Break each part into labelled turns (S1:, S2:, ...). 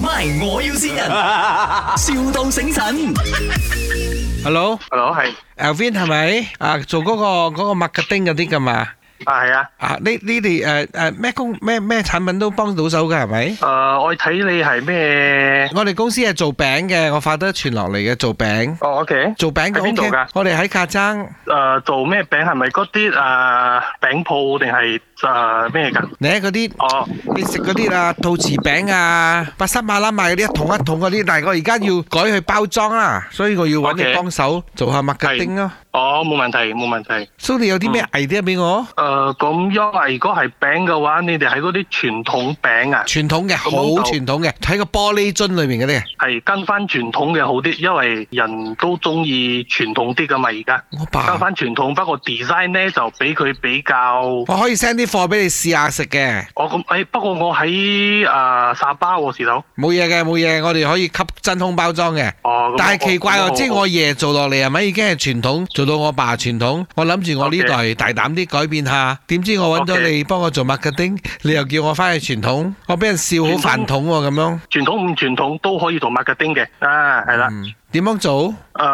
S1: My，我要先人，, 笑到醒神。
S2: Hello，À,
S3: Hello，係
S2: Alvin 係咪？啊，做嗰、個嗰、個 marketing 嗰啲噶嘛？
S3: 啊，係啊，
S2: 啊，你你哋誒誒咩工咩咩產品都幫到手嘅係咪？
S3: 誒、呃我睇你係咩？
S2: 我哋公司係做餅嘅，我發得傳落嚟嘅做餅，
S3: 哦，OK，
S2: 做餅嘅
S3: 喺邊度
S2: OK
S3: 㗎。
S2: 我哋喺架爭，
S3: 誒、做咩餅係咪嗰啲誒餅鋪定係誒咩㗎？
S2: 你喺嗰啲。
S3: 哦，
S2: 你食嗰啲啊，陶瓷餅啊，白沙馬拉賣嗰啲一桶一桶嗰啲，但係我而家要改去包裝啦，所以我要揾你
S3: OK
S2: 幫手做下 marketing 咯。
S3: 哦，冇問題，冇問題。誒、
S2: 所以你有啲咩 idea 俾我？
S3: 咁因為如果係餅嘅話，你哋喺嗰啲傳統餅啊，
S2: 傳統嘅，好
S3: 咁老豆
S2: 傳統嘅，喺個玻璃樽裏面嗰啲嘅。
S3: 係跟翻傳統嘅好啲，因為人都中意傳統啲㗎嘛，而家。
S2: 我
S3: 跟
S2: 爸，
S3: 翻傳統，不過 design 咧就俾佢比較
S2: 我可以 send 啲貨俾你試下食嘅，
S3: 我咁，誒、不過我喺誒、呃沙巴喎，時頭。
S2: 冇嘢嘅，冇嘢，我哋可以吸真空包裝嘅。
S3: 哦，咁
S2: 但係奇怪
S3: 我
S2: 喎，即係我
S3: 我
S2: 爺做落嚟係咪已經係傳統，做到我爸傳統？我諗住我呢
S3: OK
S2: 代大膽啲改變下，點知我揾咗
S3: OK
S2: 你幫我做 marketing，你又叫我翻去傳統，我俾人笑好
S3: 傳統
S2: 飯桶喎咁樣。
S3: 傳統唔傳統都可以做 marketing 嘅，啊，係啦。
S2: 嗯點樣做？
S3: 誒、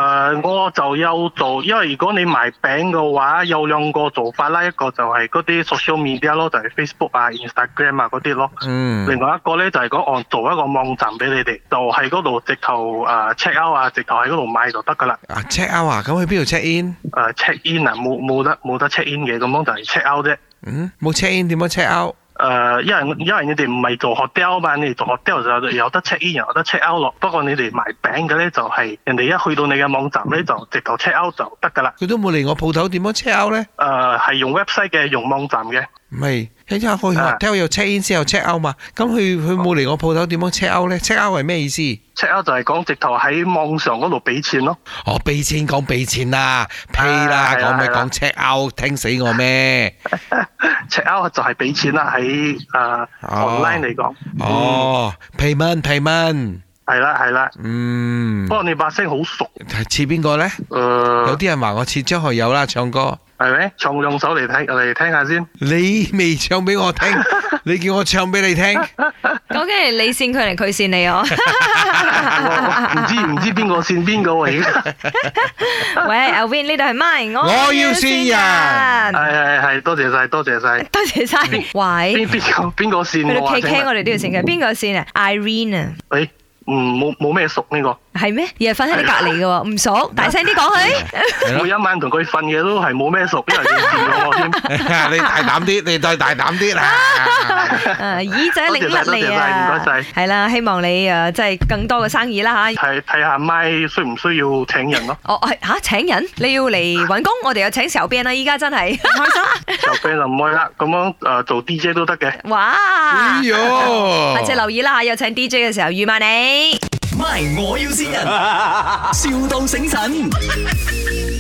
S3: 我就有做，因為如果你賣餅嘅話，有兩個做法啦，一個就係嗰啲 social media 咯，就係、Facebook 啊、Instagram 啊嗰啲咯。
S2: 嗯
S3: 另外一個咧就係講我做一個網站俾你哋，就喺嗰度直頭誒、check out 啊，直頭喺嗰度買就得㗎啦。
S2: 啊 check out 啊，咁去邊度 check in？
S3: 誒、check in 啊，冇冇得冇得 check in 嘅，咁樣就係 check out 啫。誒、
S2: 嗯，冇 check in 點樣 check out？
S3: 呃因為因為你哋唔係做 hotel 嘛，你哋做 hotel 就有得 check in 又有得 check out 咯。不過你哋賣餅嘅咧就係、人哋一去到你嘅網站咧就直頭 check out 就得㗎啦。
S2: 佢都冇嚟我鋪頭，點樣 check out 呢？
S3: 誒係、用 website 嘅，用網站嘅。
S2: 唔係，因為我去
S3: 啊
S2: hotel 有 check in 先有 check out 嘛。咁佢佢冇嚟我鋪頭，點樣 check out 呢 check out 係咩意思？
S3: check out 就係講直頭喺網上嗰度俾錢咯。
S2: 我俾錢講俾錢啦，pay à. 啦，
S3: 係啦
S2: 講咪
S3: 係啦
S2: 講 check out，聽死我咩？
S3: check out 就係俾錢啦，喺誒、呃
S2: 哦
S3: online 嚟講。
S2: 哦，payment payment，
S3: 嗯。係啦係啦，
S2: 嗯
S3: 不，過你把聲好熟，
S2: 似邊個呢？有
S3: 誒
S2: 啲人話我似張學友啦，唱歌
S3: 係咪？唱兩首嚟睇嚟聽 下先。
S2: 你未唱俾我聽，你叫我唱俾你聽，
S4: 究竟係你線佢定佢線你我？
S3: 我唔知唔知邊個線邊個喎而 家。
S4: 喂，Alvin 呢度係 My，
S2: 我要線
S4: à.
S2: 人
S3: 係係係，多謝晒，多謝晒。
S4: 多謝晒。喂
S3: 邊，邊個邊個
S4: 去
S3: 線
S4: 到
S3: 我啊？
S4: K
S3: 請
S4: K 我
S3: 問
S4: 哋都要線嘅，邊個線啊？Irene à. 啊，
S3: 誒，嗯冇冇咩熟呢個？
S4: 係咩？而係瞓喺你隔離嘅喎，唔熟，大聲啲講佢。
S2: 係咯
S3: 每一晚同佢瞓嘅都係冇咩熟，因為佢線 我添。
S2: 你 大膽啲，你再大膽啲啦。
S4: 誒耳仔擰甩你
S3: 多謝晒多謝晒
S4: 啊！
S3: 唔該
S4: 係啦，希望你誒即係更多嘅生意啦嚇。
S3: 睇睇下咪需唔需要請人咯？
S4: 哦，係嚇請人，你要嚟揾工，我哋有請小編啦，依家真係
S3: 就 friend 就唔開啦，咁樣誒、呃做 DJ 都得嘅。
S4: 哇
S2: 哎！呦
S4: 下次留意啦嚇，有請 DJ 嘅時候預埋你。
S1: My，我要先人，,笑到醒神。